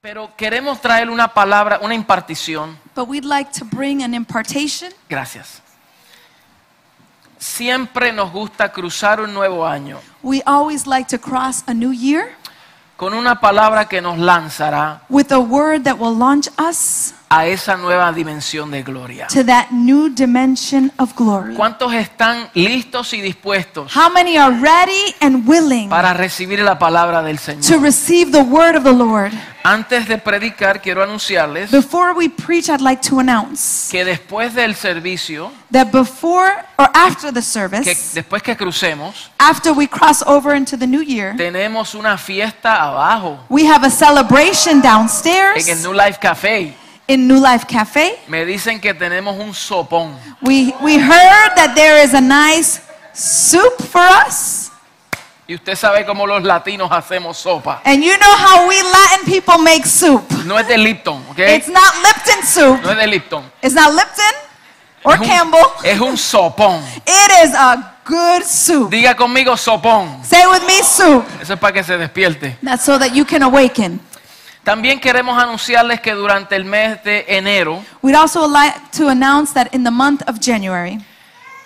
Pero queremos traer una palabra, una impartición. but we'd like to bring an impartation. Gracias. Siempre nos gusta cruzar un nuevo año We always like to cross a new year con una palabra que nos lanzará with a word that will launch us a esa nueva dimensión de gloria. to that new dimension of glory. ¿Cuántos están listos y dispuestos How many are ready and willing para recibir la palabra del to Señor? receive the word of the Lord? Antes de predicar, quiero anunciarles Before we preach, I'd like to announce que después del servicio, that before or after the que service, después que crucemos, after we cross over into the new year, tenemos una fiesta abajo we have a celebration en el downstairs New Life Café. in New Life Cafe. Me dicen que tenemos un sopón. We, we heard that there is a nice soup for us. Y usted sabe cómo los latinos hacemos sopa. And you know how we Latin people make soup. No es de Lipton, ¿ok? It's not Lipton No soup. es de Lipton. It's not Lipton or es, un, Campbell. es un sopón. It is a good soup. Diga conmigo sopón. Say with me, soup. Eso es para que se despierte. That's so that you can awaken. También queremos anunciarles que durante el mes de enero, We'd also like to announce that in the month of January,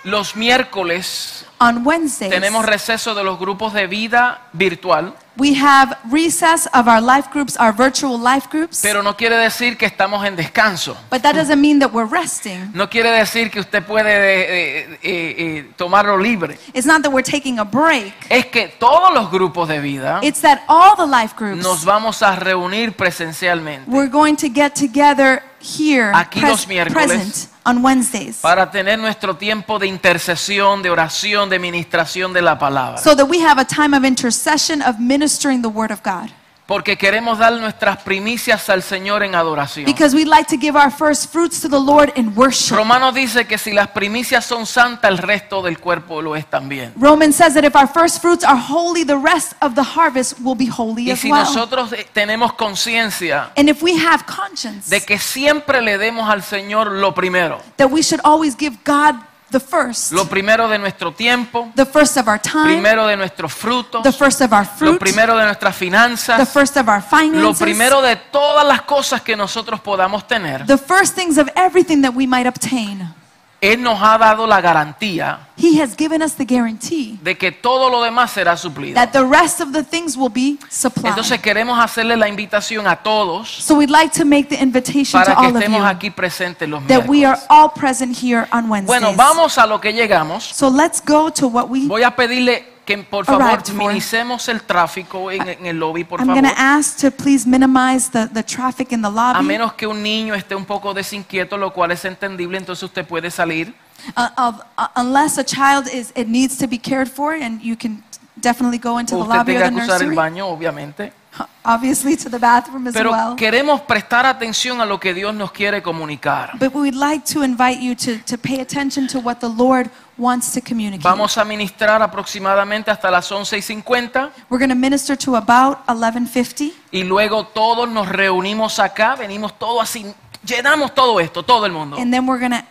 los miércoles, on Wednesdays, tenemos receso de los grupos de vida virtual. we have recess of our life groups, our virtual life groups. Pero no quiere decir que estamos en descanso. But that doesn't mean that we're resting. No quiere decir que usted puede eh, eh, eh, tomarlo libre. It's not that we're taking a break. Es que todos los grupos de vida It's that all the life groups nos vamos a reunir presencialmente we're going to get together here Aquí los pres- miércoles. present on Wednesdays para tener nuestro tiempo de intercesión, de oración, de ministración de la palabra. so that we have a time of intercession of ministering the word of God Porque queremos dar nuestras primicias al Señor en adoración. because we'd like to give our first fruits to the Lord in worship. Romanos dice que si las primicias son santas, el resto del cuerpo lo es también. Romans says that if our first fruits are holy the rest of the harvest will be holy Y as si well. nosotros eh, tenemos conciencia And if we have conscience de que siempre le demos al Señor lo primero, that we should always give God the first lo primero de nuestro tiempo, the first of our time primero de nuestros frutos, the first of our lo fruit primero de nuestras the finanzas, first of our lo finances primero de todas las cosas que nosotros podamos tener. the first things of everything that we might obtain Él nos ha dado la garantía He has given us the guarantee de que todo lo demás será suplido. that the rest of the things will be supplied. Entonces queremos hacerle la invitación a todos So we'd like to make the invitation para to que all of estemos you aquí presentes los that we are miércoles. all present here on Bueno, Wednesdays. vamos a lo que llegamos. So let's go to what we. Voy a pedirle que por favor Arrived for. minimicemos el tráfico en, en el lobby, por I'm favor. going to ask to please minimize the, the traffic in the A lobby. menos que un niño esté un poco desinquieto, lo cual es entendible, entonces usted puede salir. Uh, of, uh, unless a child is, it needs to be cared for, and you can definitely go into O the usted lobby or tenga the que usar el nursery. baño, obviamente. Obviously, to the bathroom as Pero well. queremos prestar atención a lo que Dios nos quiere comunicar. But we'd like to invite you to, to pay attention to what the Lord wants to communicate. Vamos a ministrar aproximadamente hasta las 11 y 50 We're going to minister to about 11:50, y luego todos nos reunimos acá, venimos todos así, llenamos todo esto, todo el mundo. and then we're going to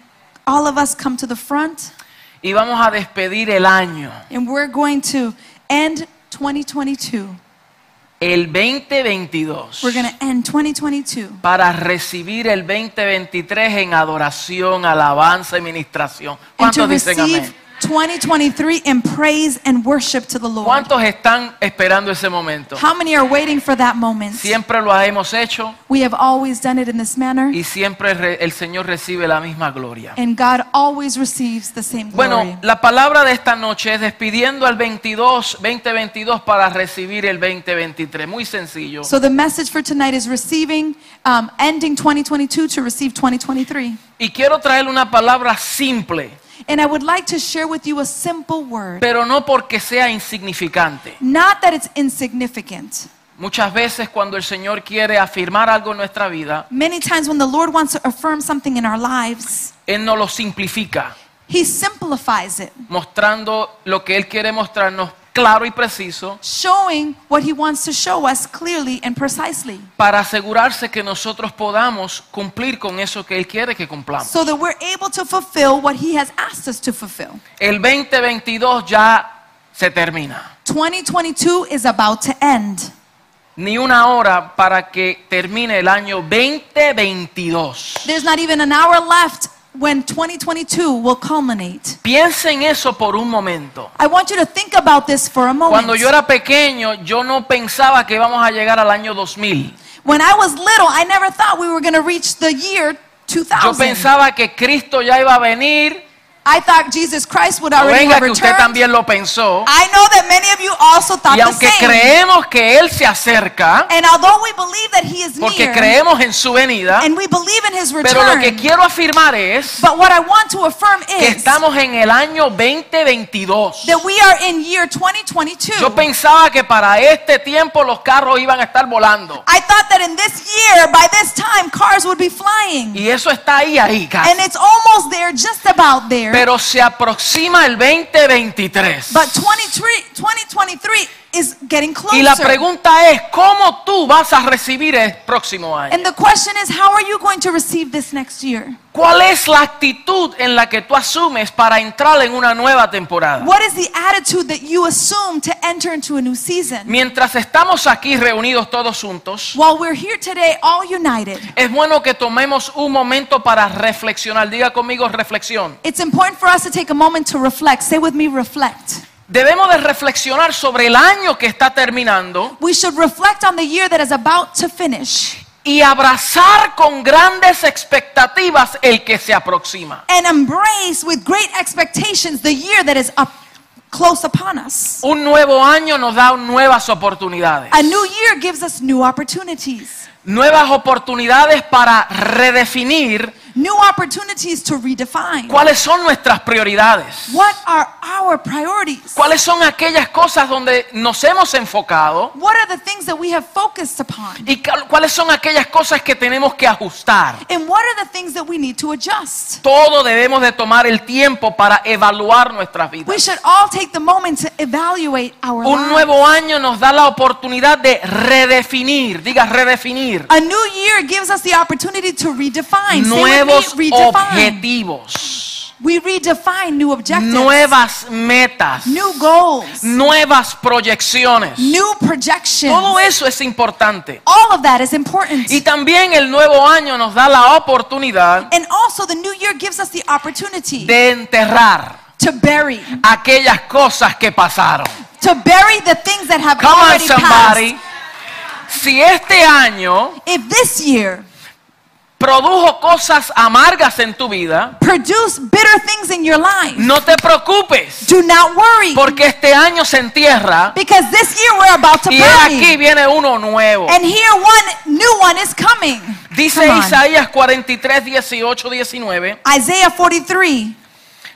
all of us come to the front Y vamos a despedir el año. and we're going to end 2022. el 2022 We're going to end 2022 para recibir el 2023 en adoración, alabanza y ministración. and to ¿Cuántos dicen receive amén? 2023 in praise and worship to the Lord. ¿Cuántos están esperando ese momento? How many are waiting for that moment? Siempre lo hemos hecho We have always done it in this manner y siempre re- el Señor recibe la misma gloria. and God always receives the same glory. Bueno, la palabra de esta noche es despidiendo al 22, 2022 para recibir el 2023. Muy sencillo. So the message for tonight is receiving um, ending 2022 to receive 2023. Y quiero traer una palabra simple, And I would like to share with you a simple word. pero no porque sea insignificante. Not that it's insignificant. Muchas veces cuando el Señor quiere afirmar algo en nuestra vida, Many times when the Lord wants to affirm something in our lives, Él no lo simplifica, He simplifies it, mostrando lo que Él quiere mostrarnos claro y preciso showing what He wants to show us clearly and precisely, para asegurarse que nosotros podamos cumplir con eso que Él quiere que cumplamos. so that we're able to fulfill what He has asked us to fulfill. El 2022 ya se termina. 2022 is about to end. ni una hora para que termine el año 2022. There's not even an hour left when 2022 will culminate. Piensa en eso por un momento. I want you to think about this for a moment. Cuando yo era pequeño, yo no pensaba que íbamos a llegar al año 2000. When I was little, I never thought we were going to reach the year Yo 2000. pensaba que Cristo ya iba a venir. I thought Jesus Christ would No already venga have que usted returned. también lo pensó. I know that many of you also thought Y the aunque same. creemos que Él se acerca, and although we believe that he is porque near, creemos en su venida, and we believe in his return, pero lo que quiero afirmar es but what I want to affirm que is estamos en el año 2022. that we are in year 2022. Yo pensaba que para este tiempo los carros iban a estar volando. I thought that in this year, by this time, cars would be flying. Y eso está ahí, ahí, casi. And it's almost there, just about there. Pero se aproxima el 2023. but 23, 2023 is getting closer. Y la pregunta es, ¿cómo tú vas a recibir el próximo año? and the question is, how are you going to receive this next year? ¿Cuál es la actitud en la que tú asumes para entrar en una nueva temporada? What is the attitude that you assume to enter into a new season? Mientras estamos aquí reunidos todos juntos, While we're here today, all united, es bueno que tomemos un momento para reflexionar. Diga conmigo reflexión. it's important for us to take a moment to reflect. Say with me, reflect. Debemos de reflexionar sobre el año que está terminando We should reflect on the year that is about to finish y abrazar con grandes expectativas el que se aproxima. and embrace with great expectations the year that is up close upon us. Un nuevo año nos da nuevas oportunidades. A new year gives us new opportunities, Nuevas oportunidades para redefinir new opportunities to redefine. cuáles son nuestras prioridades. What are our priorities? ¿Cuáles son aquellas cosas donde nos hemos enfocado? What are the things that we have focused upon? ¿Y ca- cuáles son aquellas cosas que tenemos que ajustar? And what are the things that we need to adjust? Todo debemos de tomar el tiempo para evaluar nuestras We vidas. should all take the moment to evaluate our Un lives. nuevo año nos da la oportunidad de redefinir, diga redefinir, A new year gives us the opportunity to redefine. Say nuevos with me, redefine. objetivos, We redefine new objectives, nuevas metas, new goals, nuevas proyecciones. new projections. Mm. Todo eso es importante. All of that is important. Y también el nuevo año nos da la oportunidad And also, the new year gives us the opportunity de enterrar to bury, aquellas cosas que pasaron. to bury the things that have Come on, already somebody. passed. Si este año If this year produjo cosas amargas en tu vida, produce bitter things in your life, no te preocupes, do not worry, porque este año se entierra because this year we're about to y he bury. aquí viene uno nuevo. And here, one new one is coming. Dice Come on. Isaías 43, 18, 19. Isaiah 43,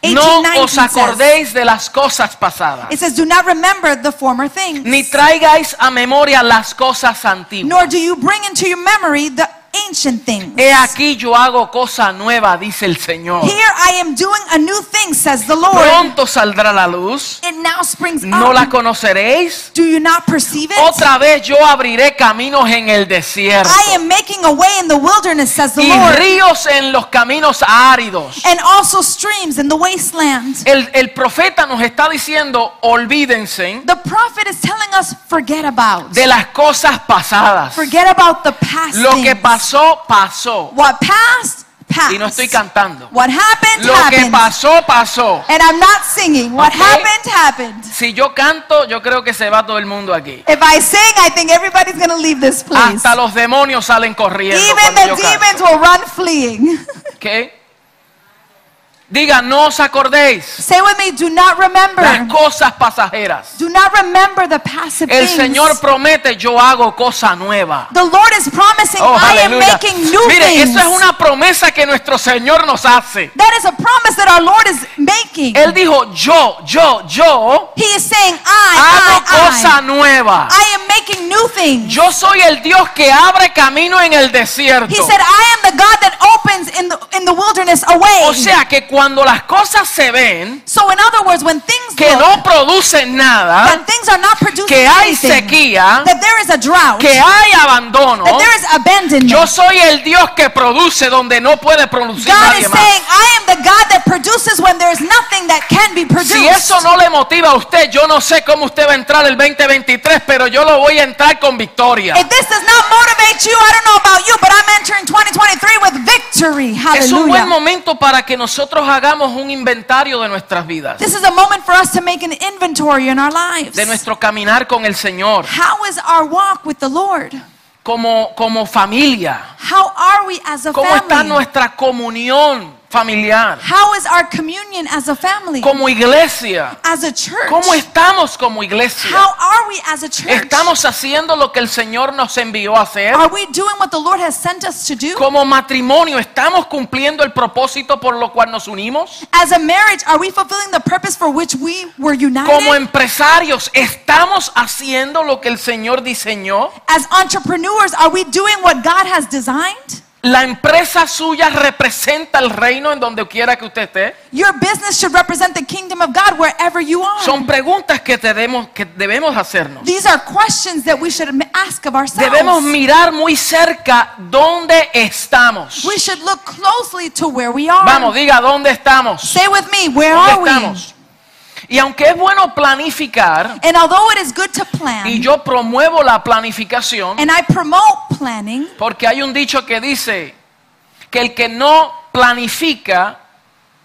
18, No 19 os says, acordéis de las cosas pasadas, It says, Do not remember the former things, ni traigáis a memoria las cosas antiguas. nor do you bring into your memory the ancient things. He aquí yo hago cosa nueva, dice el Señor. Here I am doing a new thing, says the Lord. Pronto saldrá la luz, It now springs no up. la conoceréis. do you not perceive it? Otra vez yo abriré caminos en el desierto I am making a way in the wilderness, says the y Lord, ríos en los caminos áridos. and also streams in the wasteland. El, el profeta nos está diciendo, olvídense The prophet is telling us, forget about. de las cosas pasadas. Forget about the past Lo que things. pasó, pasó. What passed, passed. Y no estoy cantando. What happened, Lo que happened. pasó, pasó. And I'm not singing. What Ok. happened, happened. Si yo canto, yo creo que se va todo el mundo aquí. If I sing, I think everybody's going to leave this place. Hasta los demonios salen corriendo. Even cuando the yo canto. demons will run fleeing. ¿Qué? Diga, no os acordéis Say with me, do not las remember. cosas pasajeras. Do not remember the passive El things. Señor promete, yo hago cosa nueva. the Lord is promising, Oh, I am aleluya. making new Mire, things. eso es una promesa que nuestro Señor nos hace. That is a promise that our Lord is making. Él dijo, yo, yo, yo he is saying, hago I, I, I, cosa nueva. I am making new things. Yo soy el Dios que abre camino en el He desierto. said, I am the God that opens in the, in the wilderness a way. O sea que cuando las cosas se ven So in other words, when things que look, no producen nada, when things are not producing que hay anything, sequía, that there is a drought, que hay abandono, that there is abandonment, yo soy el Dios que produce donde no puede producir God nadie is más. saying, I am the God that produces when there is nothing that can be produced. Si eso no le motiva a usted, yo no sé cómo usted va a entrar el 2023, pero yo lo voy a entrar con victoria. If this does not motivate you, I don't know about you, but I'm entering 2023 with victory. Es un buen Hallelujah. momento para que nosotros hagamos un inventario de nuestras vidas, This is a moment for us to make an inventory in our lives. de nuestro caminar con el Señor, How is our walk with the Lord? como, como familia, How are we as a cómo está family? nuestra comunión familiar, How is our communion as a family? como iglesia, As a church? cómo estamos como iglesia. How are we as a church? ¿Estamos haciendo lo que el Señor nos envió a hacer? Are we doing what the Lord has sent us to do? Como matrimonio, ¿estamos cumpliendo el propósito por lo cual nos unimos? As a marriage, are we fulfilling the purpose for which we were Como united? empresarios, ¿estamos haciendo lo que el Señor diseñó? As entrepreneurs, are we doing what God has designed? La empresa suya representa el reino en donde quiera que usted esté. Your business should represent the kingdom of God wherever you are. Son preguntas que debemos, que debemos hacernos. These are questions that we should m- ask of ourselves. Debemos mirar muy cerca dónde estamos. we should look closely to where we are. Vamos, diga dónde estamos. Say with me, where ¿Dónde are we? estamos? Y aunque es bueno planificar, And although it is good to plan, y yo promuevo la planificación, and I promote planning, Porque hay un dicho que dice que el que no planifica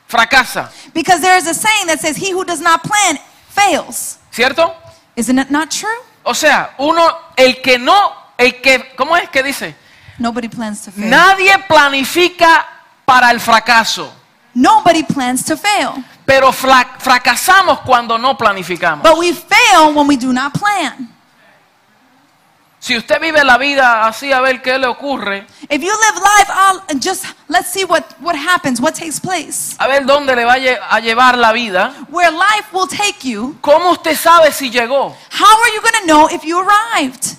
fracasa, because there is a saying that says, He who does not plan fails. ¿cierto? Isn't it not true? O sea, uno, el que no, el que, ¿cómo es que dice? Nobody plans to fail. Nadie planifica para el fracaso, Nobody plans to fail. pero fra- fracasamos cuando no planificamos. But we fail when we do not plan. Si usted vive la vida así a ver qué le ocurre, If you live life, all, just let's see what, what happens, what takes place. a ver dónde le va a lle- a llevar la vida, Where life will take you, ¿cómo usted sabe si llegó? how are you going to know if you arrived?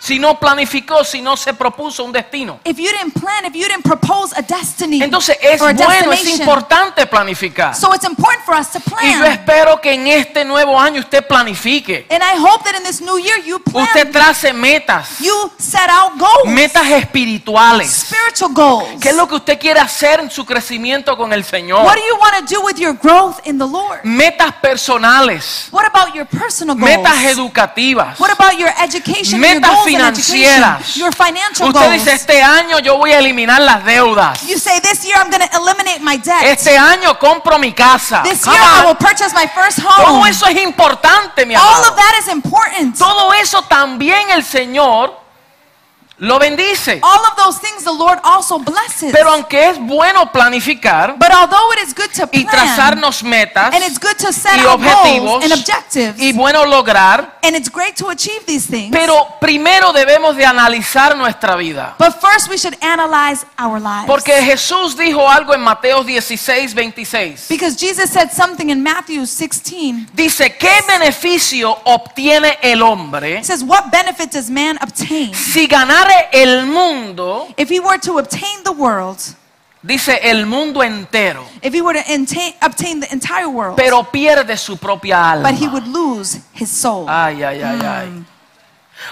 Si no planificó, si no se propuso un destino. If you didn't plan, if you didn't propose a destiny Entonces es or a bueno, es destination. importante planificar. so it's important for us to Y yo plan. espero que en este nuevo año usted planifique. And I hope that in this new year you plan. Usted trace metas, you set out goals, metas espirituales. spiritual goals. ¿Qué es lo que usted quiere hacer en su crecimiento con el what Señor? do you want to do with your growth in the Lord? Metas personales, What about your personal goals? metas educativas. What about your education? your Metas goals in education, financieras. Your financial Usted goals. dice, este año yo voy a eliminar las deudas. you say, this year I'm going to eliminate my debt. Este año compro mi casa. this Come year I will on. purchase my first Todo home. eso es importante, mi All amado. of that is important. Todo eso también el Señor lo bendice. All of those things the Lord also blesses. Pero aunque es bueno planificar but although it is good to y plan, trazarnos metas and it's good to set y out objetivos goals and objectives, y bueno lograr, and it's great to achieve these things, pero primero debemos de analizar nuestra vida. but first we should analyze our lives. Porque Jesús dijo algo en Mateo 16, 26. because Jesus said something in Matthew 16. Dice, ¿qué beneficio obtiene el hombre He says, What benefit does man obtain? si ganare el mundo? If he were to obtain the world, Dice, el mundo entero, if he were to enta- obtain the entire world, pero pierde su propia alma. but he would Hmm. lose his soul. Ay, ay, ay, ay.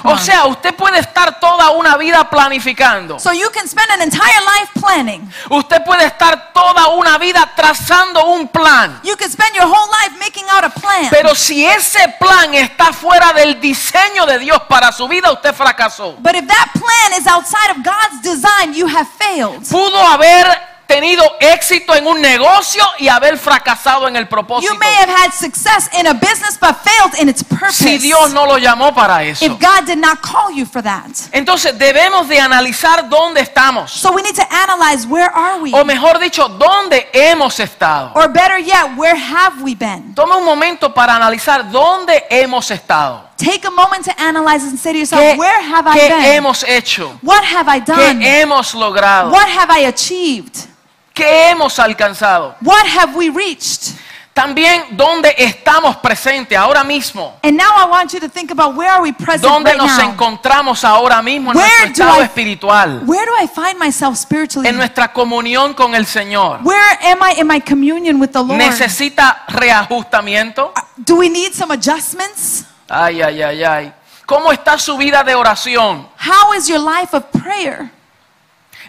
O sea, usted puede estar toda una vida planificando. so you can spend an entire life planning. Usted puede estar toda una vida trazando un plan. You can spend your whole life making out a plan. Pero si ese plan está fuera del diseño de Dios para su vida, usted fracasó. but if that plan is outside of God's design, you have failed. Pudo haber tenido éxito en un negocio y haber fracasado en el propósito. You may have had success in a business but failed in its purpose. Si Dios no lo llamó para eso. if God did not call you for that. Entonces debemos de analizar dónde estamos. So we need to analyze where are we? O mejor dicho, dónde hemos estado. or better yet, where have we been? Tome un momento para analizar dónde hemos estado. Take a moment to analyze and say to yourself, ¿Qué, where have I qué been? hemos hecho? What have I done? ¿Qué hemos logrado? What have I achieved? ¿Qué hemos alcanzado? What have we reached? También dónde estamos presentes ahora mismo. And now I want you to think about where are we present Dónde right nos now? encontramos ahora mismo en Where nuestro do estado I- espiritual. Where do I find myself spiritually? En nuestra comunión con el Señor. Where am I in my communion with the Lord? ¿Necesita reajustamiento? Do we need some adjustments? Ay, ay, ay, ay. ¿Cómo está su vida de oración? How is your life of prayer?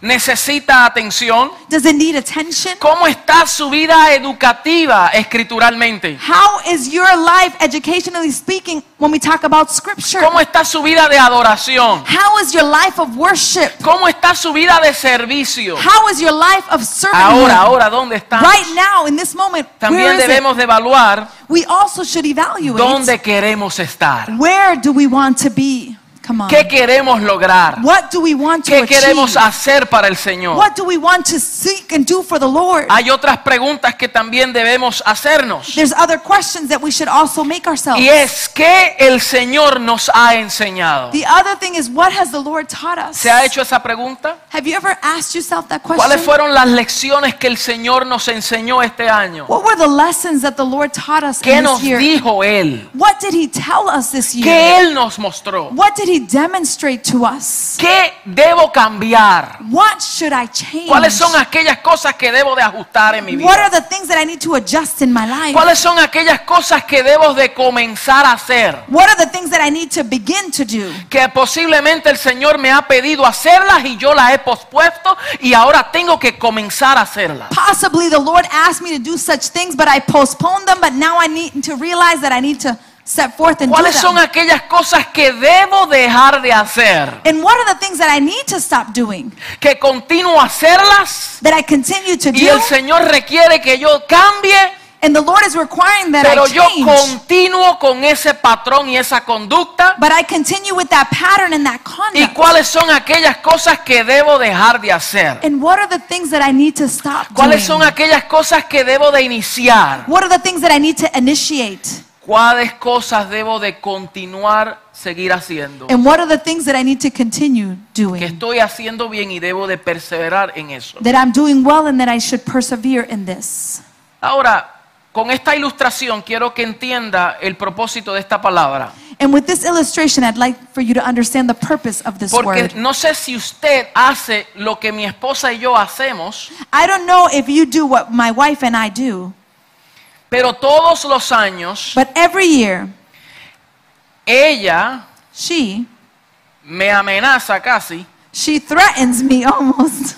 ¿Necesita atención? Does it need attention? ¿Cómo está su vida educativa escrituralmente? How is your life educationally speaking when we talk about scripture? ¿Cómo está su vida de adoración? How is your life of worship? ¿Cómo está su vida de servicio? How is your life of servanthood? Ahora, ahora, ¿dónde está? Right now, in this moment, where También is it? debemos de evaluar We also should evaluate dónde queremos estar, where do we want to be? Come on. qué queremos lograr, What do we want to qué achieve? queremos hacer para el Señor. What do we want to seek and do for the Lord? Hay otras preguntas que también debemos hacernos There's other questions that we should also make ourselves. y es que el Señor nos ha enseñado. The other thing is, what has the Lord taught us? ¿Se ha hecho esa pregunta? Have you ever asked yourself that question? ¿Cuáles fueron las lecciones que el Señor nos enseñó este año? What were the lessons that the Lord taught us ¿Qué in nos this year? dijo Él? What did He tell us this year? ¿Qué Él nos mostró? What did He demonstrate to us? ¿Qué debo cambiar? What should I change? ¿Cuáles son aquellas cosas que debo de ajustar en mi what vida? are the things that I need to adjust in my life? ¿Cuáles son aquellas cosas que debo de comenzar a hacer? what are the things that I need to begin to do? Que posiblemente el Señor me ha pedido hacerlas y yo las he pospuesto y ahora tengo que comenzar a hacerlas. Possibly the Lord asked me to do such things, but I postponed them, but now I need to realize that I need to set forth and do ¿Cuáles them. son aquellas cosas que debo dejar de hacer? and what are the things that I need to stop doing? Que continúo a hacerlas That I continue to y do? el Señor requiere que yo cambie, And the Lord is requiring that pero I yo change. continúo con ese patrón y esa conducta. But I continue with that pattern and that ¿Y conduct. cuáles son aquellas cosas que debo dejar de hacer? And what are the things that I need to stop ¿Cuáles son doing? aquellas cosas que debo de iniciar? What are the things that I need to initiate? ¿Cuáles cosas debo de continuar seguir haciendo? And what are the things that I need to continue Que doing? estoy haciendo bien y debo de perseverar en eso. That I'm doing well and that I should persevere in this. Ahora, con esta ilustración quiero que entienda el propósito de esta palabra. And with this illustration, I'd like for you to understand the purpose of this Porque word. no sé si usted hace lo que mi esposa y yo hacemos, I don't know if you do what my wife and I do, pero todos los años but every year, ella she me amenaza casi she threatens me almost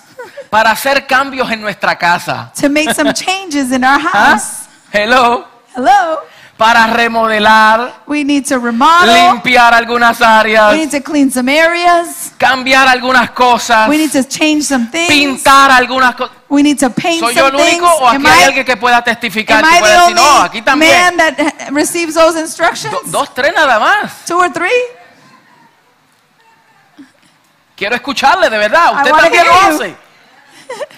para hacer cambios en nuestra casa. to make some changes in our ¿Ah? house. Hello. Hello. Para remodelar, We need to remodel. limpiar algunas We need áreas, to clean some areas. cambiar algunas cosas, We need to change some things. pintar algunas cosas. We need to paint ¿Soy yo some el things. único o Am aquí hay I, alguien que pueda testificar? am Que I pueda decir, no, aquí the only man también. that receives those Do- instructions? dos, tres nada más. Two or three? Quiero escucharle, de verdad. I ¿Usted wanna también lo hear you. hace?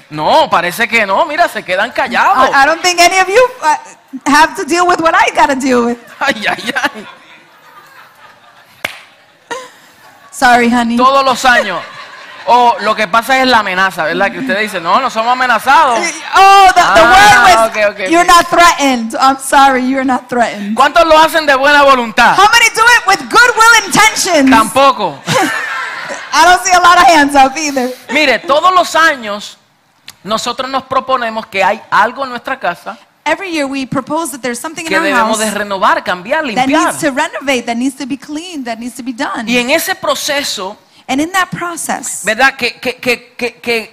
No, parece que no. Mira, se quedan callados. I, I don't think any of you uh, have to deal with what I got to deal with. Ay, ay, ay. Sorry, honey. Todos los años. O lo que pasa es la amenaza, ¿verdad? Que usted dice, no, no somos amenazados. Oh, the, the word Ah, was, okay, okay, you're okay. not threatened. I'm sorry, you're not threatened. ¿Cuántos lo hacen de buena voluntad? How many do it with goodwill intentions? Tampoco. I don't see a lot of hands up either. Mire, todos los años nosotros nos proponemos que hay algo en nuestra casa Every year we propose that there's something in que our debemos house de renovar, cambiar, limpiar. that needs to renovate, that needs to be cleaned, that needs to be done. Y en ese proceso, And in that process, ¿verdad? Que, que, que, que, que,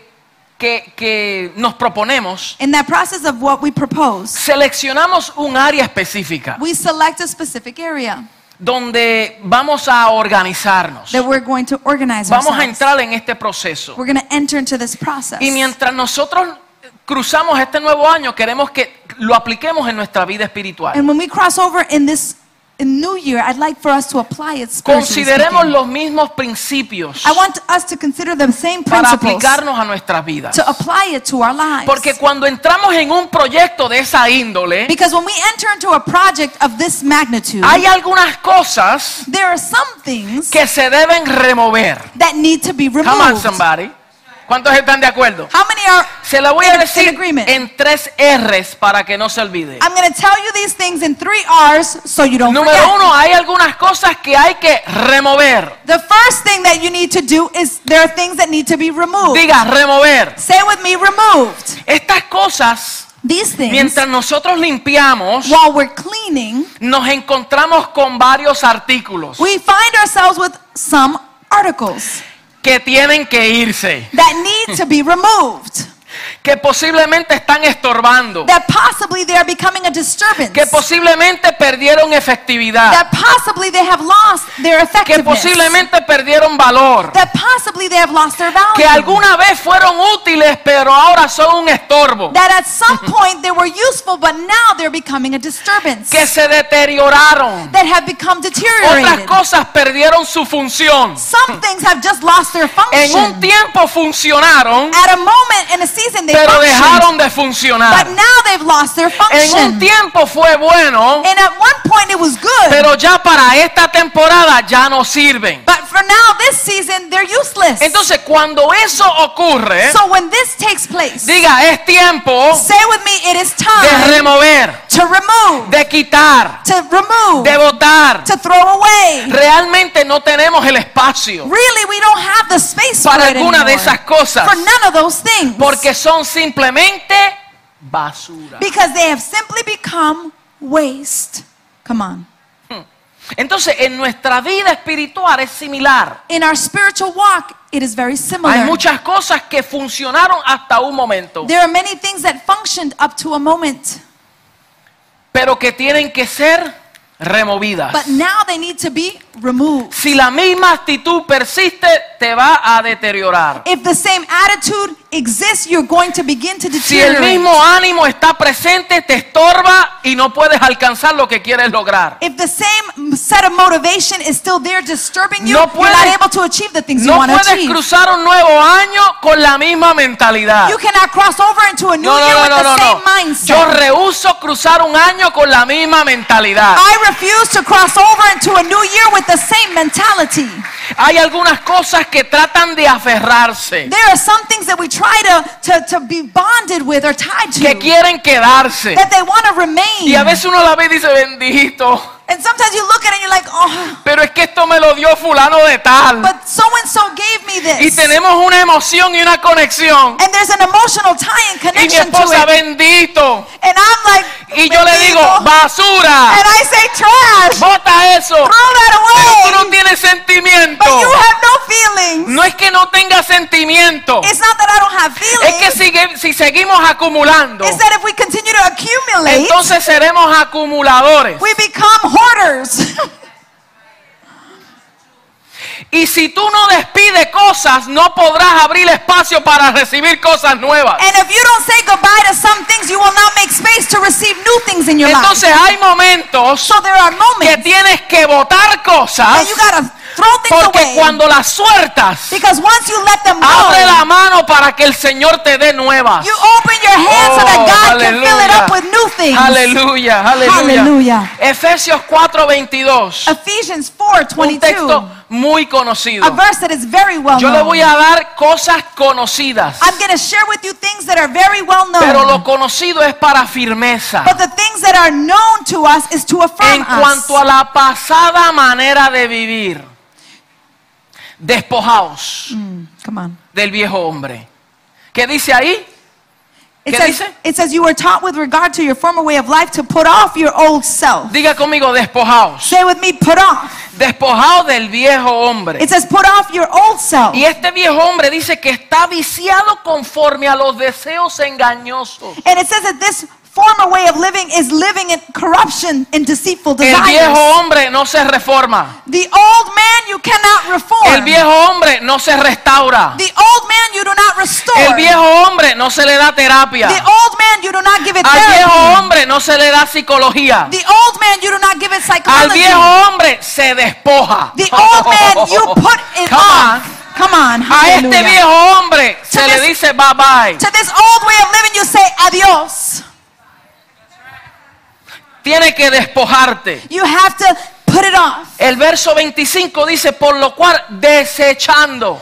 que, que nos proponemos, in that process of what we propose, seleccionamos un área específica we select a specific area donde vamos a organizarnos. that we're going to organize Vamos a ourselves. entrar en este proceso. We're going to enter into this process. Y mientras nosotros cruzamos este nuevo año, queremos que lo apliquemos en nuestra vida espiritual. And when we cross over in this in new year, I'd like for us to apply it spiritually Consideremos speaking. los mismos principios I want us to consider the same para principles aplicarnos a nuestras vidas. to apply it to our lives. Porque cuando entramos en un proyecto de esa índole, because when we enter into a project of this magnitude, hay algunas cosas there are some things que se deben remover. that need to be removed. Come on, somebody. ¿Cuántos están de acuerdo? How many are Se la voy a in- in decir agreement. Ah, en tres R's para que no se olvide. I'm going to tell you these things in three R's so you don't forget. Número uno, hay algunas cosas que hay que remover. The first thing that you need to do is there are things that need to be removed. Diga, remover. Say with me, removed. Estas cosas, These things, mientras nosotros limpiamos, while we're cleaning, nos encontramos con varios artículos we find ourselves with some articles que tienen que irse, that need to be removed. que posiblemente están estorbando, That possibly they are becoming a disturbance. que posiblemente perdieron efectividad, that possibly they have lost their que effectiveness. posiblemente perdieron valor, that possibly they have lost their value. que alguna vez fueron útiles pero ahora son un estorbo, that at some point they were useful, but now they're becoming a disturbance. que se deterioraron, that have become otras deteriorated. cosas perdieron su función. Some things have just lost their En un function. tiempo funcionaron, At a moment in a season they pero functioned, dejaron de funcionar. but now they've lost their En un function. tiempo fue bueno, And at one point it was good, pero ya para esta temporada ya no sirven. but for now this season they're useless. Entonces, eh, cuando eso ocurre, So when this takes place, diga, es tiempo say with me, it is de time remover, to remove, de quitar, to remove, de botar. to throw away. Realmente no tenemos el espacio Really, we don't have the space for para it alguna de anymore. esas cosas, For none of those things, porque son simplemente basura. because they have simply become waste. Come on. Entonces, en nuestra vida espiritual es similar. In our spiritual walk, it is very similar. Hay muchas cosas que funcionaron hasta un momento, There are many things that functioned up to a moment, pero que tienen que ser removidas. but now they need to be removed. Si la misma actitud persiste, te va a deteriorar. If the same attitude exists, you're going to begin to Si el deteriorate. mismo ánimo está presente, te estorba y no puedes alcanzar lo que quieres lograr. If the same set of motivation is still there disturbing you, No you're not puedes- able to achieve the things you No want to puedes achieve. cruzar un nuevo año con la misma mentalidad. You cannot cross over into a new No, year no, no, with no, the no, este same no. Yo mindset. rehuso cruzar un año con la misma mentalidad. I refuse to cross over into a new year with the same mentality. Hay algunas cosas que tratan de aferrarse, There are some things that we try to, to, to be bonded with or tied que to quieren quedarse. that they want to remain. Y a veces uno la ve y dice, bendito, And sometimes you look at it and you're like, oh, pero es que esto me lo dio fulano de tal. but so and so gave me Y this. tenemos una emoción y una conexión. And there's an emotional tie and Y mi connection to esposa, it. bendito. And I'm like, Y yo le digo, "Bendito." basura, and I say, trash, bota eso. throw that Pero tú away. no tienes sentimiento. But you have no feelings. No es que no tengas sentimiento. It's not that I don't have Es que feelings. sigue- si seguimos acumulando, It's that if we continue to accumulate, entonces seremos acumuladores. we become hoarders. Y si tú no despides cosas, no podrás abrir espacio para recibir cosas nuevas. and if you don't say goodbye to some things, you will not make space to receive new things in your life. Entonces hay momentos So there are que moments tienes que botar that cosas you gotta throw things porque away. cuando las sueltas, because once you let them abre go, la mano para que el Señor te dé nuevas. You open your hands so that Oh, God can fill it up hallelujah. with new things. Aleluya, aleluya. Hallelujah. Efesios 4:22. Ephesians 4 Un 22. texto muy A conocido. verse that is very well Yo le known. voy a dar cosas conocidas, I'm going to share with you things that are very well known. pero lo conocido es para firmeza. but the things that are known to us is to affirm En cuanto a us. la pasada manera de vivir, despojaos Mm, come on. del viejo hombre. ¿Qué dice ahí? It ¿Qué says, dice? it says, You were taught with regard to your former way of life to put off your old self. Diga conmigo, despojaos. Say with me, put off. Despojaos del viejo hombre. It says, Put off your old self. Y este viejo hombre dice que está viciado conforme a los deseos engañosos. And it says that this former way of living is living in corruption and deceitful El desires. viejo hombre no se reforma. The old man you cannot reform. El viejo hombre no se restaura. the old man you do not restore. El viejo hombre no se le da terapia. the old man you do not give it Al therapy. viejo hombre no se le da psicología. the old man you do not give it Al psychology. viejo hombre se despoja. the old man you put it Come off. on. Come on. A este hallelujah. viejo hombre se To le this- dice bye bye. To this old way of living you say adios. Tiene que despojarte. You have to put it off. El verso 25 dice, por lo cual desechando.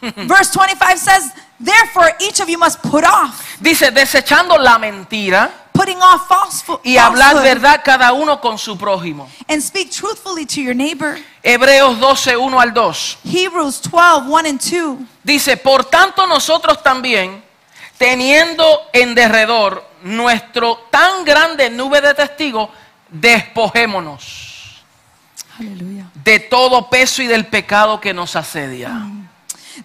Verse 25 says Therefore, each of you must put off, Dice, desechando la mentira putting off falsehood, y hablar falsehood verdad cada uno con su prójimo. and speak truthfully to your neighbor. Hebreos 12, 1 al 2. Hebrews 12, 1 and 2. Dice, por tanto nosotros también, teniendo en derredor nuestro tan grande nube de testigos, despojémonos Hallelujah. de todo peso y del pecado que nos asedia.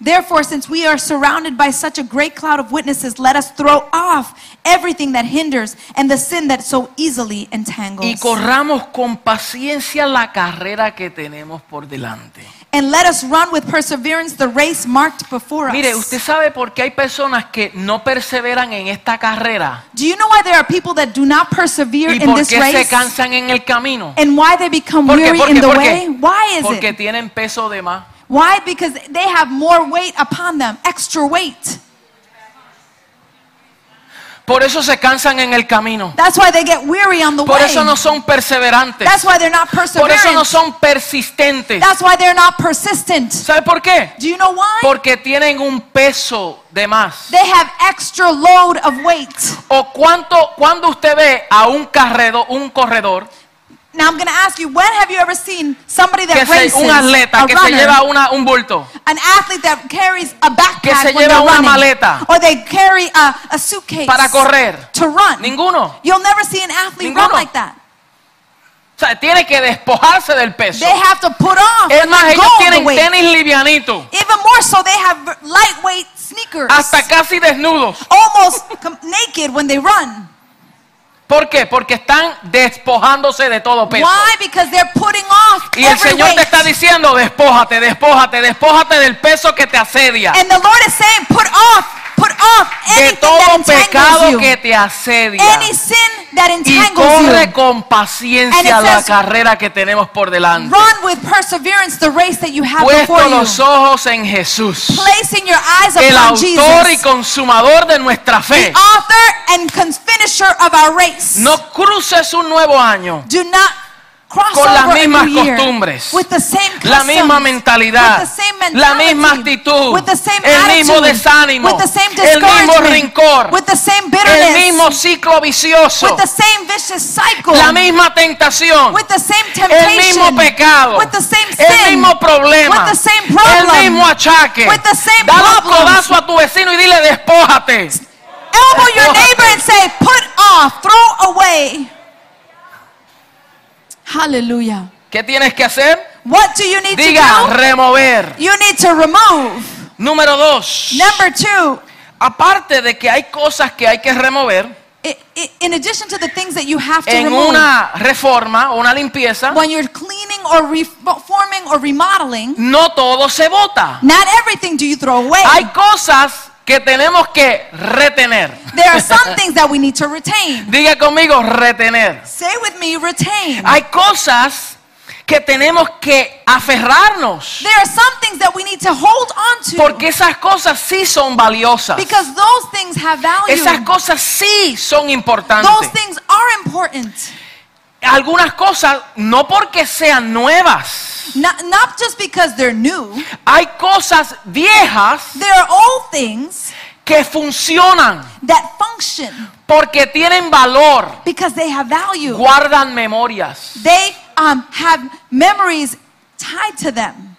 Therefore, since we are surrounded by such a great cloud of witnesses, let us throw off everything that hinders and the sin that so easily Y entangles. corramos con paciencia la carrera que tenemos por delante. And let us run with perseverance the race marked before us. Mire, usted sabe por qué hay personas que no perseveran en esta carrera Do you know why there are people that do not persevere y in por this qué se race? cansan en el camino. And why they become ¿Por qué? weary ¿Por in qué? the ¿Por way? qué? Why is Porque it? tienen peso de más. Why? Because they have more weight upon them, extra weight. Por eso se cansan en el camino. That's why they get weary on the Por way. eso no son perseverantes. That's why they're not Por eso no perseverant. son persistentes. That's why they're not persistent. ¿Sabe por qué? Do you know why? Porque tienen un peso de más. They have extra load of weight. O cuánto, cuando usted ve a un carredo, un corredor, Now I'm going to ask you, when have you ever seen somebody que that se- races, un atleta a que se runner, lleva una- un bulto, an athlete that carries a Que se backpack when lleva they're una running, maleta. or they carry a, a suitcase para correr? to run? Ninguno. You'll never see an athlete run Ninguno. like that. O sea, tiene que despojarse del peso. They have to put off Es más, let ellos go of tienen the weight. tenis livianitos, Even more so, they have lightweight sneakers, hasta casi desnudos. almost com- naked when they run. ¿Por qué? Porque están despojándose de todo peso. Why? Because they're putting off Y el every Señor weight. te está diciendo, despójate, despójate, despójate del peso que te asedia. And the Lord is saying, put off, put off de anything todo that entangles pecado you, que te asedia any sin that y entangles corre you. con And it paciencia la says- carrera que tenemos por delante. Run with perseverance the race that you have before Puesto you. los ojos en Jesús, Placing your eyes el upon autor y Jesus, consumador de nuestra the fe. author and cons- finisher of our race. No cruces un nuevo año, Do not cross Con las over a mismas new year costumbres. with the same La customs, misma mentalidad, with the same la misma mentality, actitud, with the same el mismo attitude, desánimo, with the same el mismo discouragement, rencor, with the same el bitterness, mismo ciclo vicioso, with the same vicious cycle, la misma tentación, with the same el temptation, mismo pecado, with the same el sin, mismo problema, with the same problem, el mismo achaque. with the same Dale un problems. codazo a tu vecino y dile despójate. elbow your Despójate. neighbor and say, "Put off, throw away." Hallelujah. ¿Qué tienes que hacer? What do you need Diga to remover. do? You need to remove. Número dos. Number two. Aparte de que hay cosas que hay que remover I- i- in addition to the things that you have to en remove, una reforma o una limpieza, when you're cleaning or reforming or remodeling, no todo se bota. not everything do you throw away. Hay cosas que tenemos que retener. there are some things that we need to retain. Diga conmigo retener. Say with me, retain. Hay cosas que tenemos que aferrarnos. there are some things that we need to hold on to Porque esas cosas sí son valiosas. because those things have value. Esas cosas sí son Those importantes. things are important. Algunas cosas no porque sean nuevas. Not, not just because they're new. Hay cosas viejas There are old things que funcionan that function porque tienen valor, because they have value. guardan memorias. They um, have memories tied to them.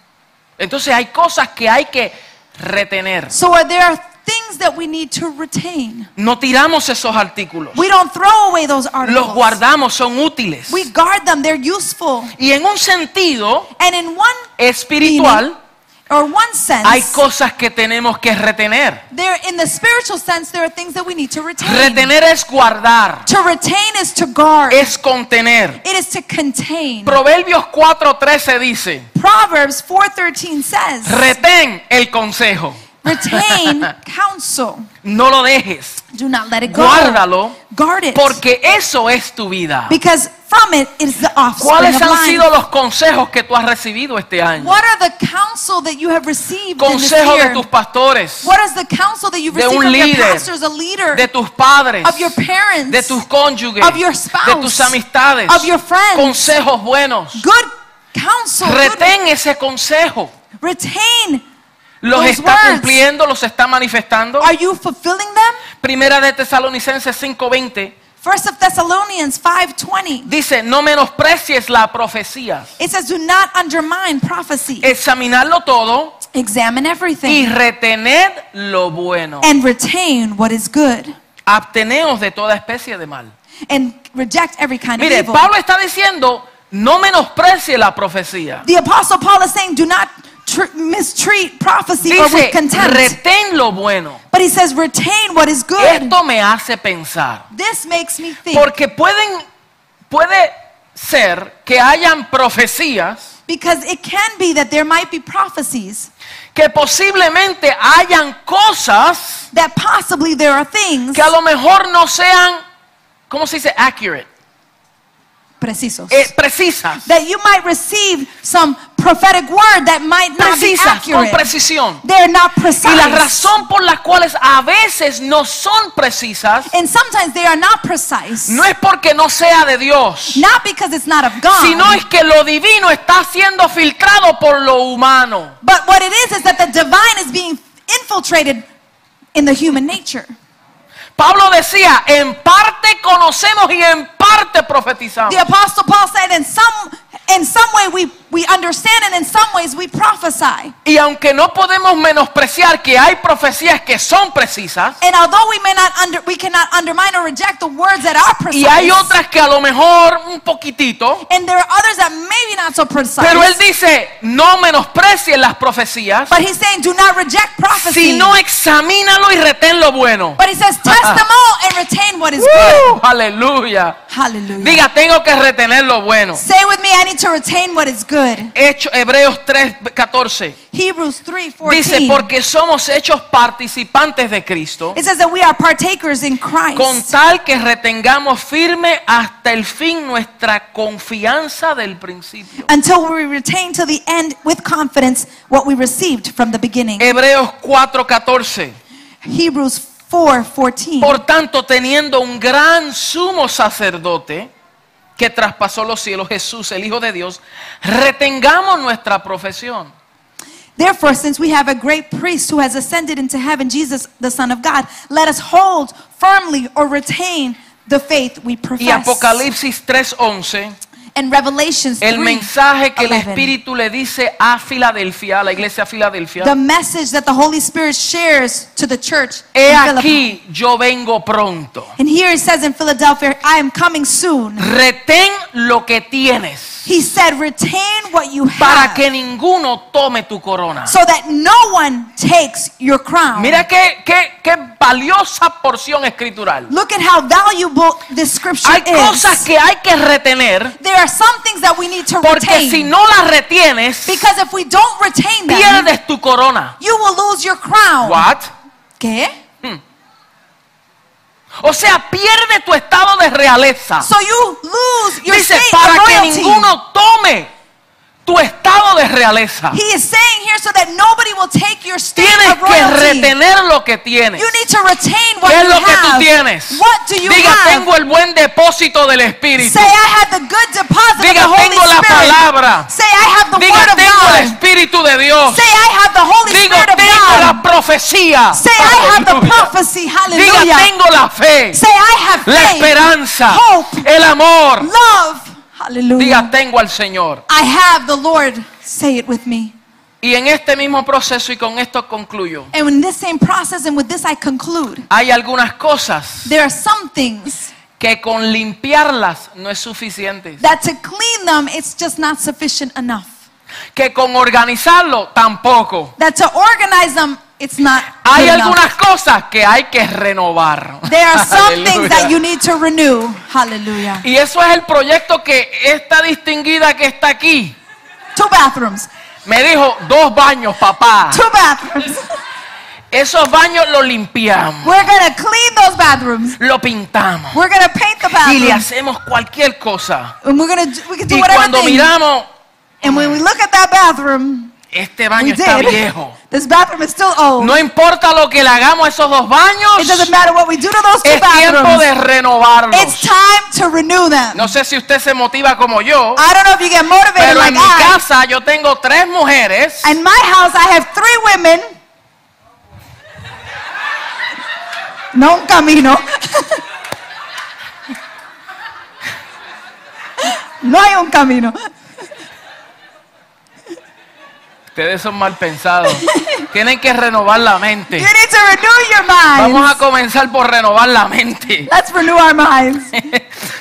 Entonces hay cosas que hay que retener. So are there are things that we need to retain. No tiramos esos artículos. We don't throw away those Los articles. guardamos, son útiles. We guard them. They're useful. Y en un sentido And in one espiritual, meaning, or one sense, hay cosas que tenemos que retener. there in the spiritual sense, there are things that we need to retain. Retener es guardar, To retain is to guard. es contener. it is to contain. Proverbios 4:13 dice, Proverbs 4:13 says, retén el consejo, retain counsel. no lo dejes, Do not let it go. Guárdalo, Guard it. porque eso es tu vida. because from it is the offspring ¿Cuáles of han life. sido los consejos que tú has recibido este año? What are the counsel that you have received in this Consejo de year? tus pastores, What is the counsel that you've De received un from your líder, pastors, a leader, de tus padres, of your parents, de tus cónyuges, of your spouse, de tus amistades, of your friends. consejos buenos. good counsel? good- Retén ese consejo. retain los those está words. cumpliendo, los está manifestando. Are you fulfilling them? Primera de Tesalonicenses 5:20 First of Thessalonians 5:20. dice, no menosprecies la profecía. It says do not undermine prophecy. Examinarlo todo Examine y everything retened lo bueno. and retain what is good Abteneos de toda especie de mal. and reject every kind of Mire, evil. Pablo está diciendo, no menosprecie la profecía. The apostle Paul is saying do not tr- mistreat prophecy or Dice, with contempt. retén lo bueno. But he says retain what is good. Esto me hace pensar. This makes me think Porque pueden, puede ser que hayan profecías because it can be that there might be prophecies que posiblemente hayan cosas that possibly there are things que a lo mejor no sean, ¿cómo se dice? Accurate, precisos. eh, precisas, that you might receive some prophetic word that might not be precisas, con accurate. precisión. They're not precise. Y la razón por las cuales a veces no son precisas and sometimes they are not precise. no es porque no sea de Dios, not because it's not of God. sino es que lo divino está siendo filtrado por lo humano. but what it is is that the divine is being infiltrated in the human nature. Pablo decía, en parte conocemos y en parte profetizamos. The apostle Paul said in some in some way we, we understand and in some ways we prophesy. Y aunque no podemos menospreciar que hay profecías que son precisas, And although we may not under we cannot undermine or reject the words that are precise. y hay otras que a lo mejor un poquitito, and there are others that maybe not so precise. pero él dice, no menosprecien las profecías, but he's saying do not reject prophecy. sino examínalo y retén lo bueno. But he says, test them all and retain what is good. ¡Uh! Aleluya. Hallelujah. Diga, tengo que retener lo bueno. Say with me, I need to retain what is good. Hecho, Hebreos 3:14 Hebrews 3 dice, 14. porque somos hechos participantes de Cristo. It says that we are partakers in Christ. con tal que retengamos firme hasta el fin nuestra confianza del principio. until we retain to the end with confidence what we received from the beginning. Hebreos 4:14. Hebrews 4 14. Por tanto, teniendo un gran sumo sacerdote que traspasó los cielos, Jesús, el Hijo de Dios, retengamos nuestra profesión. Therefore, since we have a great priest who has ascended into heaven, Jesus, the Son of God, let us hold firmly or retain the faith we Y profess. Apocalipsis 3:11, and Revelations 3 el mensaje que el 11. Espíritu le dice a Filadelfia, a la iglesia de Filadelfia, the message that the Holy Spirit shares to the church he in Philippi. aquí yo vengo pronto. And here it says in Philadelphia, I am coming soon. Retén lo que tienes. He said, retain what you para have que ninguno tome tu corona. so that no one takes your crown. Mira qué, qué, qué valiosa porción escritural. Look at how valuable this scripture Hay cosas is. que hay que retener There are some things that we need to porque retain. si no las retienes, because if we don't retain them, pierdes tu corona. you will lose your crown. What? ¿Qué? O sea, pierde tu estado de realeza. So you lose your Dice, state of para que royalty. ninguno tome tu estado de realeza. He is saying here so that nobody will take your state Tienes of que royalty. retener lo que tienes. You need to retain what ¿Qué es you lo que tú have. tienes? What do you Diga, have? tengo el buen depósito del Espíritu. Say, I have the good deposit Diga, of the Holy tengo la Spirit. palabra. Say, I have the Diga, Word of tengo God. el Espíritu de Dios. Say, I have the Holy Digo, Spirit of tengo la God. profecía. Say, I have the Aleluya. prophecy. Diga, Hallelujah. tengo la fe, Say, I have la faith, esperanza, hope, el amor. love. Hallelujah. Diga, tengo al Señor. I have the Lord. Say it with me. Y en este mismo proceso, y con esto concluyo, And in this same process and with this I conclude. hay algunas cosas There are some things que con limpiarlas no es suficiente. that to clean them, it's just not sufficient enough. Que con organizarlo tampoco. That to organize them, it's not Hay good enough. algunas cosas que hay que renovar. There are some things Aleluya. that you need to renew. Hallelujah. Y eso es el proyecto que esta distinguida que está aquí Two bathrooms. me dijo, dos baños, papá. Two bathrooms. Esos baños los limpiamos, We're going to clean those bathrooms. lo pintamos We're going to paint the y le bathrooms. hacemos cualquier cosa. And we're going to we can do Y whatever cuando thing. miramos, And when we look at that bathroom, este we baño está did. viejo. This bathroom is still old. No importa lo que le hagamos a esos dos It doesn't baños, matter what we do to those two es tiempo de bathrooms. It's renovarlos. time to renew them. No sé si usted se motiva como yo, I don't know if you get motivated pero en mi like I. casa yo tengo tres mujeres In my house, I have three women no un camino. no hay un camino. Ustedes son mal pensados. Tienen que renovar la mente. You need to renew your Eh. Vamos minds. a comenzar por renovar la mente. Let's renew our minds.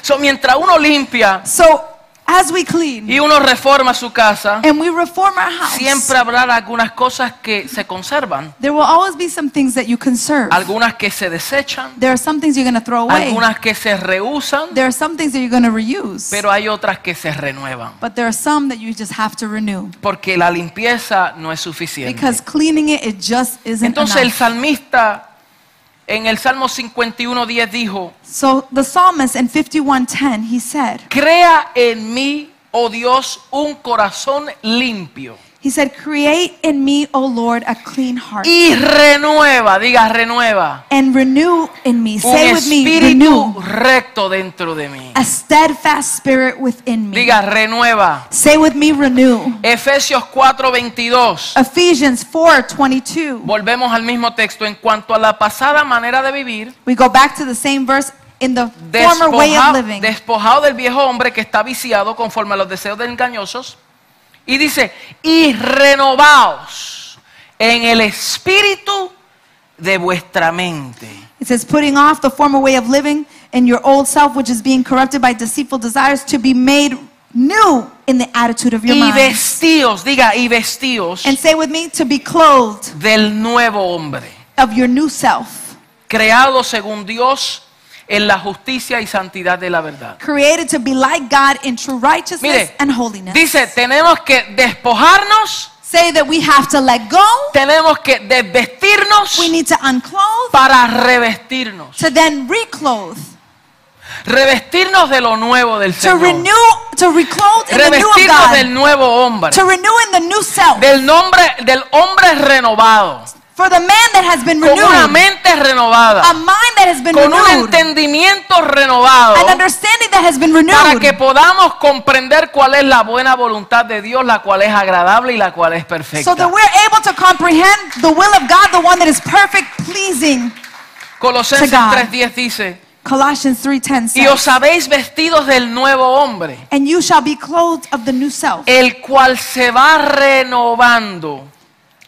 so, mientras uno limpia So, as we clean y uno reforma su casa, and we reform our house, siempre habrá algunas cosas que se conservan, there will always be some things that you conserve. algunas que se desechan, There are some things you're going to throw away. algunas que se reusan, There are some things that you're going to reuse. pero hay otras que se renuevan. but there are some that you just have to renew. Porque la limpieza no es suficiente. Because cleaning it, it just isn't Entonces el enough. salmista en el Salmo 51.10 dijo, So the psalmist in 51:10, he said, crea en mí, oh Dios, un corazón limpio. he said, "Create in me, O Lord, a clean heart, Y renueva, diga renueva, and renew in me." un Say with me, espíritu renew recto dentro de mí. a steadfast spirit within me. Diga renueva. Say with me, renew. Efesios 4:22. Ephesians 4:22. Volvemos al mismo texto. En cuanto a la pasada manera de vivir, We go back to the same verse in the former way despoja- of living. despojado del viejo hombre que está viciado conforme a los deseos de engañosos. Y dice, y renovaos en el espíritu de vuestra mente. It says, putting off the former way of living and your old self, which is being corrupted by deceitful desires, to be made new in the attitude of your Y mind. vestíos, diga, y vestíos And say with me, to be clothed del nuevo hombre, of your new self, creado según Dios en la justicia y santidad de la verdad. created to be like God in true righteousness Mire, and holiness. Dice, tenemos que despojarnos, Say that we have to let go, tenemos que desvestirnos we need to unclothe, para revestirnos. to then reclothe, Revestirnos de lo nuevo del to Señor. renew, to reclothe in the new of Revestirnos God, del nuevo hombre. to renew in the new self Del nombre, del hombre renovado. for the man that has been Con una renewed, mente renovada. a mind that has been Con un renewed. entendimiento renovado. an understanding that has been Para que renewed podamos comprender cuál es la buena voluntad de Dios, la cual es agradable y la cual es so that perfecta. we're able to comprehend the will of God, the one that is perfect, pleasing. Colosenses to God. 3.10 dice, Colossians 3:10 y os says, habéis vestidos del nuevo hombre. "And you shall be clothed of the new self, el cual se va renovando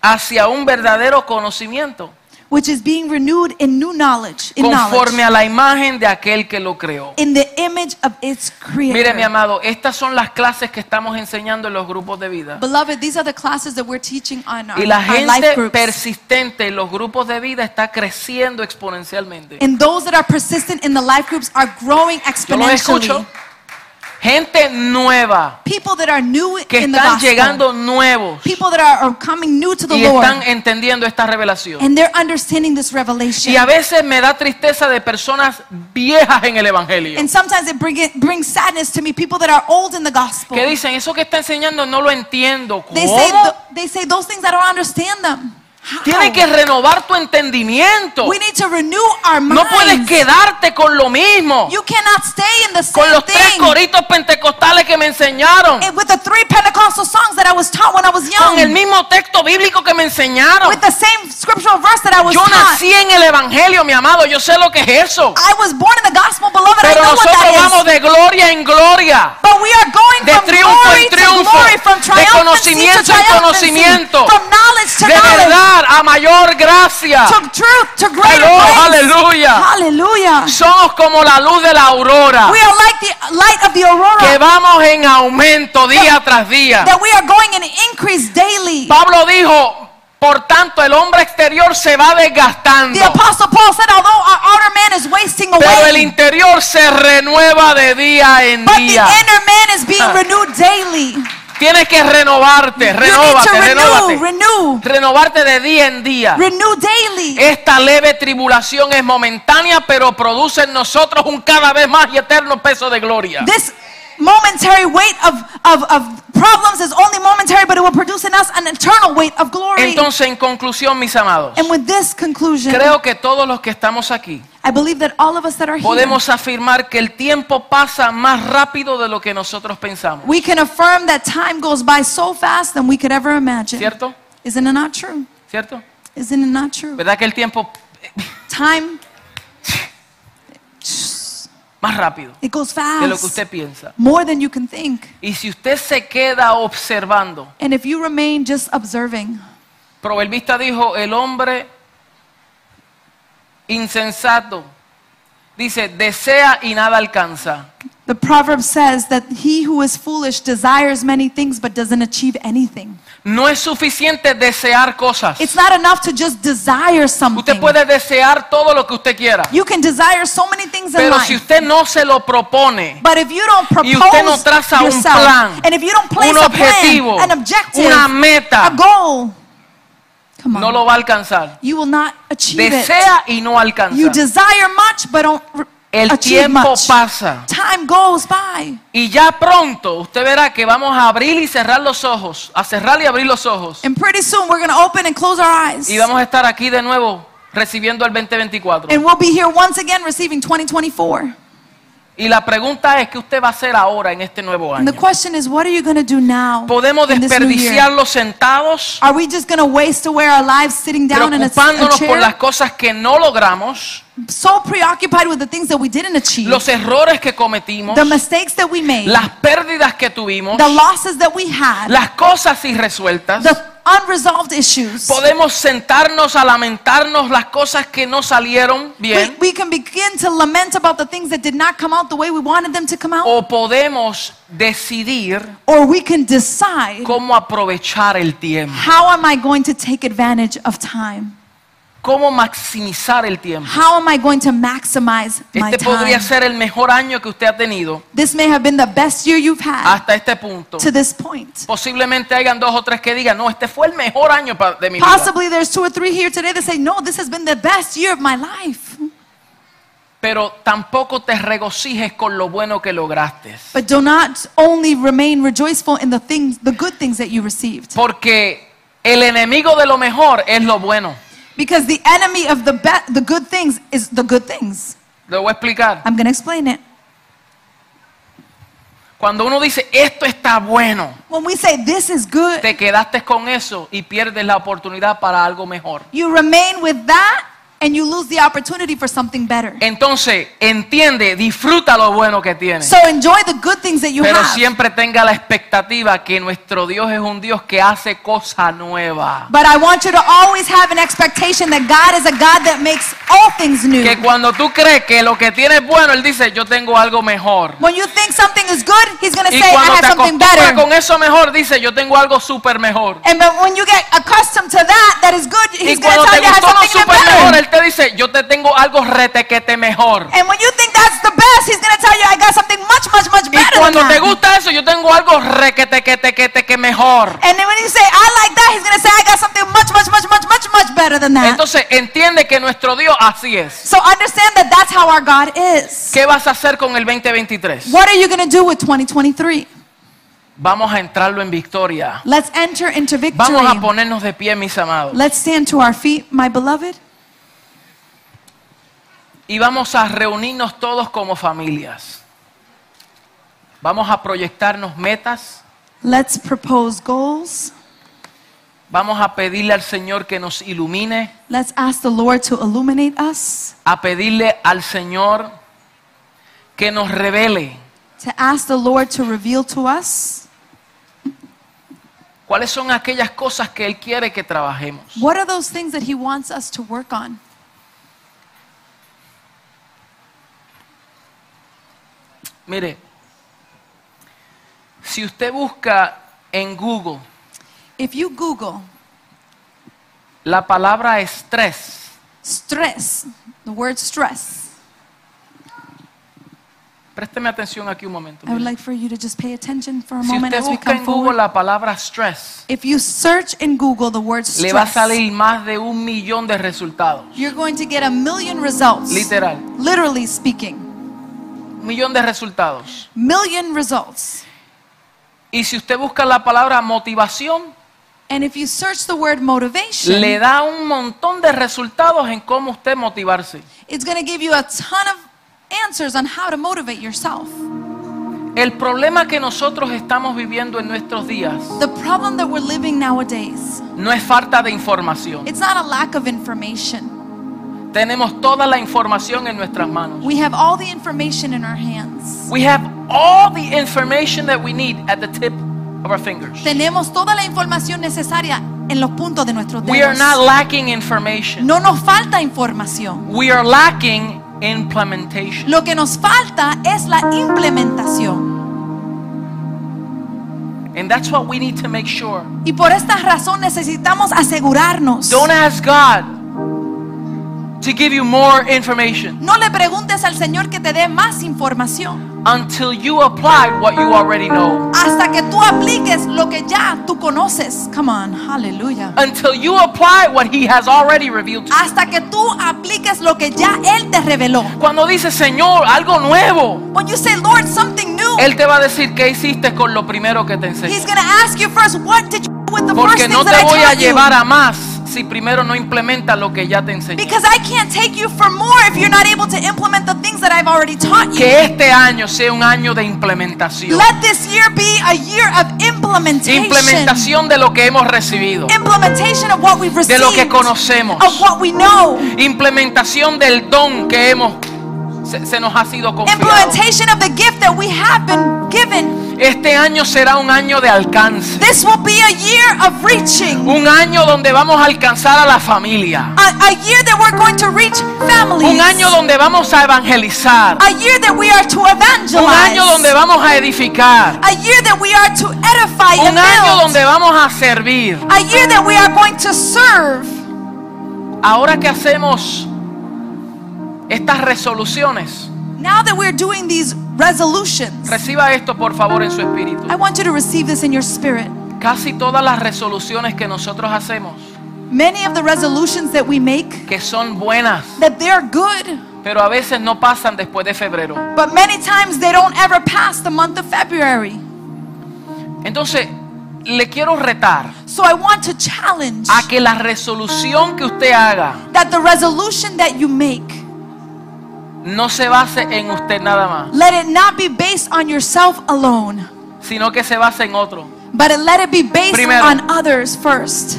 hacia un verdadero conocimiento, which is being renewed in new knowledge, in conforme knowledge, a la imagen de aquel que lo creó. in the image of its Mire, mi creator." amado, estas son las clases que estamos enseñando en los grupos de vida. Beloved, these are the classes that we're teaching on our, Y la our life gente groups. persistente en los grupos de vida está creciendo exponencialmente. And those that are persistent in the life groups are growing Yo los escucho. exponentially. Gente nueva, People that are new que in the están gospel. llegando nuevos People that are, are coming new to the y Lord. están entendiendo esta revelación. And they're understanding this revelation. Y a veces me da tristeza de personas viejas en el Evangelio. And sometimes it, bring, it brings sadness to me, people that are old in the gospel. que dicen eso que está enseñando no lo entiendo They say, th- ¿Cómo? they say those things, I don't understand them. tienes que How? renovar tu entendimiento We need to renew our no puedes minds. quedarte con lo mismo You cannot stay in the con same los tres thing coritos pentecostales que me enseñaron And with the three Pentecostal songs that I was taught when I was con el young, mismo texto bíblico que me enseñaron with the same scriptural verse that I was yo taught. nací en el evangelio mi amado yo sé lo que es eso I was born in the gospel, beloved. I pero know what nosotros that vamos is. de gloria en gloria But we are going de from triunfo glory en to triunfo glory, from de triumphancy to conocimiento en triumphancy, conocimiento from knowledge to de knowledge. verdad a mayor gracia to truth, to greater Hello, grace. hallelujah. Hallelujah. Somos como la luz de la aurora, We are like the light of the que aurora, vamos en aumento día tras día. that we are going in increase daily. Pablo dijo, por tanto el hombre exterior se va desgastando, The apostle Paul said, although our outer man is wasting pero el away, interior se renueva de día en but the día. inner man is being Ah. renewed daily. Tienes que renovarte, You need to renovarte, renew, renovarte. renew, Renovarte de día en día. renew daily. Esta leve tribulación es momentánea, pero produce en nosotros un cada vez más y eterno peso de gloria. This momentary weight of, of, of problems is only momentary, but it will produce in us an eternal weight of glory. Entonces, en conclusión, mis amados, And with this conclusion, creo que todos los que estamos aquí, I believe that all of us that are here, Podemos afirmar que el tiempo pasa más rápido de lo que nosotros pensamos. We can affirm that time goes by so fast than we could ever imagine. ¿Cierto? Isn't it not true? ¿Cierto? Isn't it not true? ¿Verdad que el tiempo Time más rápido It goes de lo que usted fast, piensa. more than you can think. Y si usted se queda observando, And if you remain just observing, proverbista dijo, el hombre insensato, dice, desea y nada alcanza. the proverb says that he who is foolish desires many things but doesn't achieve anything. No es suficiente desear cosas. It's not enough to just desire Usted something. puede desear todo lo que usted quiera, You can desire so many things in pero si life. usted no se lo propone, But if you don't y usted no propose traza un plan, yourself, and if you don't place un a plan, objetivo, an objective, una meta, a goal, come no on, lo va a alcanzar. you will not achieve it. Desea y no You alcanza. desire much, but don't r- El achieve tiempo much. pasa Time goes by, y ya pronto usted verá que vamos a abrir y cerrar los ojos, a cerrar y abrir los ojos and pretty soon we're going to open and close our eyes, y vamos a estar aquí de nuevo recibiendo el 2024. and we'll be here once again receiving 2024. Y la pregunta es, ¿qué usted va a hacer ahora en este nuevo And año? the question is, what are you going to do now? ¿Podemos in this new year? desperdiciarlo sentados, Are we just going to waste away our lives sitting down in a, a preocupándonos por las chair, cosas que no logramos, so preoccupied with the things that we didn't achieve, los errores que cometimos, the mistakes that we made, las pérdidas que tuvimos, the losses that we had, las cosas irresueltas? the unresolved issues. ¿Podemos sentarnos a lamentarnos las cosas que no salieron We, bien? we can begin to lament about the things that did not come out the way we wanted them to come out, ¿O podemos decidir or we can decide cómo aprovechar el tiempo? how am I going to take advantage of time? ¿Cómo maximizar el tiempo? How am I going to maximize my Este podría time? ser el mejor año que usted ha tenido This may have been the best year you've had hasta este punto. to this point. Posiblemente hayan dos o tres que digan, no, este fue el mejor año pa- de mi vida. Possibly there's two or three here today that say, No, this has been the best year of my life. Pero tampoco te regocijes con lo bueno que lograste. But do not only remain rejoiceful in the things, the good things that you received. Porque el enemigo de lo mejor es lo bueno. Because the enemy of the, be- the good things is the good things. Lo voy a explicar. I'm going to explain it. Cuando uno dice, esto está bueno, When we say this is good, te quedaste con eso y pierdes la oportunidad para algo mejor. you remain with that and you lose the opportunity for something better. Entonces, entiende, disfruta lo bueno que tienes. So enjoy the good things that you Pero have. siempre tenga la expectativa que nuestro Dios es un Dios que hace cosa nueva. But I want you to always have an expectation that God is a God that makes all things new. Que cuando tú crees que lo que tienes es bueno, Él dice, yo tengo algo mejor. When you think something is good, He's going to Y say, I cuando have te something acostumbras better. con eso mejor, dice, yo tengo algo súper mejor. And but when you get accustomed to that, that is good, Y He's going cuando to te tell you I have gustó lo something even súper mejor, better. Él te dice, yo te tengo algo retequete mejor. And when you think that's the best, He's going to tell you I got something much, much, much Y better. cuando than te that. gusta eso, yo tengo algo requete que te que te que mejor. And then when you say I like that, He's going to say I got something much, much, much, much, much, much better than that. Entonces entiende que nuestro Dios así es. So understand that that's how our God is. ¿Qué vas a hacer con el 2023? What are you going to do with 2023? Vamos a entrarlo en victoria. Let's enter into victory. Vamos a ponernos de pie, mis amados. Let's stand to our feet, my beloved, Y vamos a reunirnos todos como familias. Vamos a proyectarnos metas. let's propose goals. Vamos a pedirle al Señor que nos ilumine. Let's ask the Lord to illuminate us, A pedirle al Señor que nos revele to ask the Lord to reveal to us cuáles son aquellas cosas que Él quiere que trabajemos. what are those things that He wants us to work on. Mire, si usted busca en Google If you Google la palabra estrés, stress, the word stress, présteme atención aquí un momento. I would mire. like for you to just pay attention for a Si moment usted as we busca come en Google forward. la palabra stress, If you search in Google the word le va a stress, salir más de un millón de resultados. you're going to get a million results. Literal, Literally speaking, un millón de resultados. million results. Y si usted busca la palabra motivación, And if you search the word motivation, le da un montón de resultados en cómo usted motivarse. It's going to give you a ton of answers on how to motivate yourself. El problema que nosotros estamos viviendo en nuestros días The problem that we're living nowadays, no es falta de información. it's not a lack of information. Tenemos toda la información en nuestras manos. We have all the information in our hands. We have all the information that we need at the tip of our fingers. Tenemos toda la información necesaria en los puntos de nuestros We are dedos. not lacking information. No nos falta información. We are lacking implementation. Lo que nos falta es la implementación. And that's what we need to make sure. Y por esta razón necesitamos asegurarnos. Don't ask God to give you more information No le preguntes al Señor que te dé más información until you apply what you already know. hasta que tú apliques lo que ya tú conoces. Come on, aleluya. Until you apply what He has already revealed to you. Hasta que tú apliques lo que ya Él te reveló. Cuando dices, Señor, algo nuevo, When you say, Lord, something new, Él te va a decir qué hiciste con lo primero que te He's enseñé. going to ask you first, what did you do with the first Porque things no te that voy I a taught you? llevar a más si primero no implementas lo que ya te enseñé. Because I can't take you for more if you're not able to implement the things that I've already taught you. Que este año sea un año de implementación. Let this year be a year of implementation. Implementación de lo que hemos recibido. Implementation of what we've De received. lo que conocemos. Of what we know. Implementación del don que hemos se, se nos ha sido confiado. Implementation of the gift that we have been given. Este año será un año de alcance. This will be a year of reaching. Un año donde vamos a alcanzar a la familia. A, a year that we're going to reach families. Un año donde vamos a evangelizar. A year that we are to evangelize. Un año donde vamos a edificar. A year that we are to edify and Un año build. donde vamos a servir. A year that we are going to serve. Ahora que hacemos estas resoluciones, Now that we're doing these resolutions, reciba esto por favor en su espíritu. I want you to receive this in your spirit. Casi todas las resoluciones que nosotros hacemos, Many of the resolutions that we make, que son buenas, that they're good, pero a veces no pasan después de febrero. but many times they don't ever pass the month of February. Entonces, le quiero retar So I want to challenge a que la resolución que usted haga that the resolution that you make, no se base en usted nada más, let it not be based on yourself alone, sino que se base en otro. but it- let it be based Primero. on others first.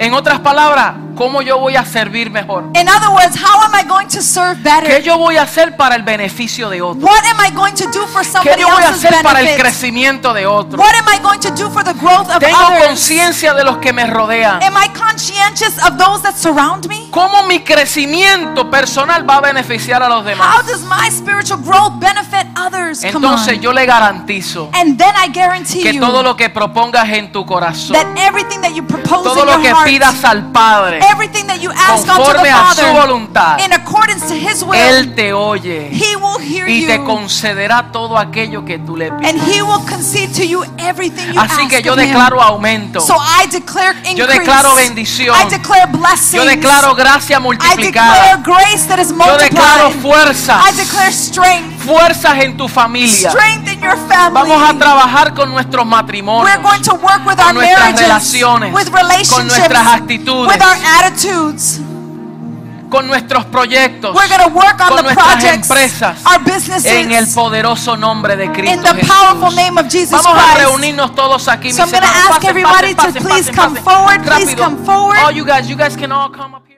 En otras palabras, ¿cómo yo voy a servir mejor? In other words, how am I going to serve ¿Qué better? yo voy a hacer para el beneficio de otro? What am I going to do for ¿Qué somebody yo voy a else's hacer para el benefit? crecimiento de otro? What am I going to do for the growth of Tengo others? conciencia de los que me rodean. Am I conscientious of those that surround me? ¿Cómo mi crecimiento personal va a beneficiar a los demás? How does my spiritual growth benefit others? Come Entonces on. yo le garantizo And then I guarantee que you todo lo que propongas en tu corazón, that everything that you propose todo in lo your que pidas heart, al Padre, everything that you ask unto the conforme a su Father, voluntad, in accordance to His will, Él te oye He will hear y you, te concederá todo aquello que tú le pidas. and He will concede to you everything you Así ask que yo of Him. declaro aumento, So I declare increase. Yo declaro bendición. I declare blessings. yo declaro gracia I declare multiplicada, grace that is yo multiplied. declaro fuerzas, I declare strength. fuerzas en tu familia. Strength in your family. Vamos a trabajar con nuestros We're going matrimonios, to work with our con nuestras marriages, relaciones, with con relationships, nuestras actitudes, with our attitudes. con nuestros proyectos, We're going to work on con the nuestras projects, empresas, our businesses, en el poderoso nombre de in Cristo the powerful Jesús. name of Jesus Vamos a Christ. reunirnos todos aquí. mis So I'm gonna hermanos. ask Pasen, everybody pasen, to pasen, please pasen, come pasen. forward, please Rápido. come forward. All you guys, you guys can all come up here.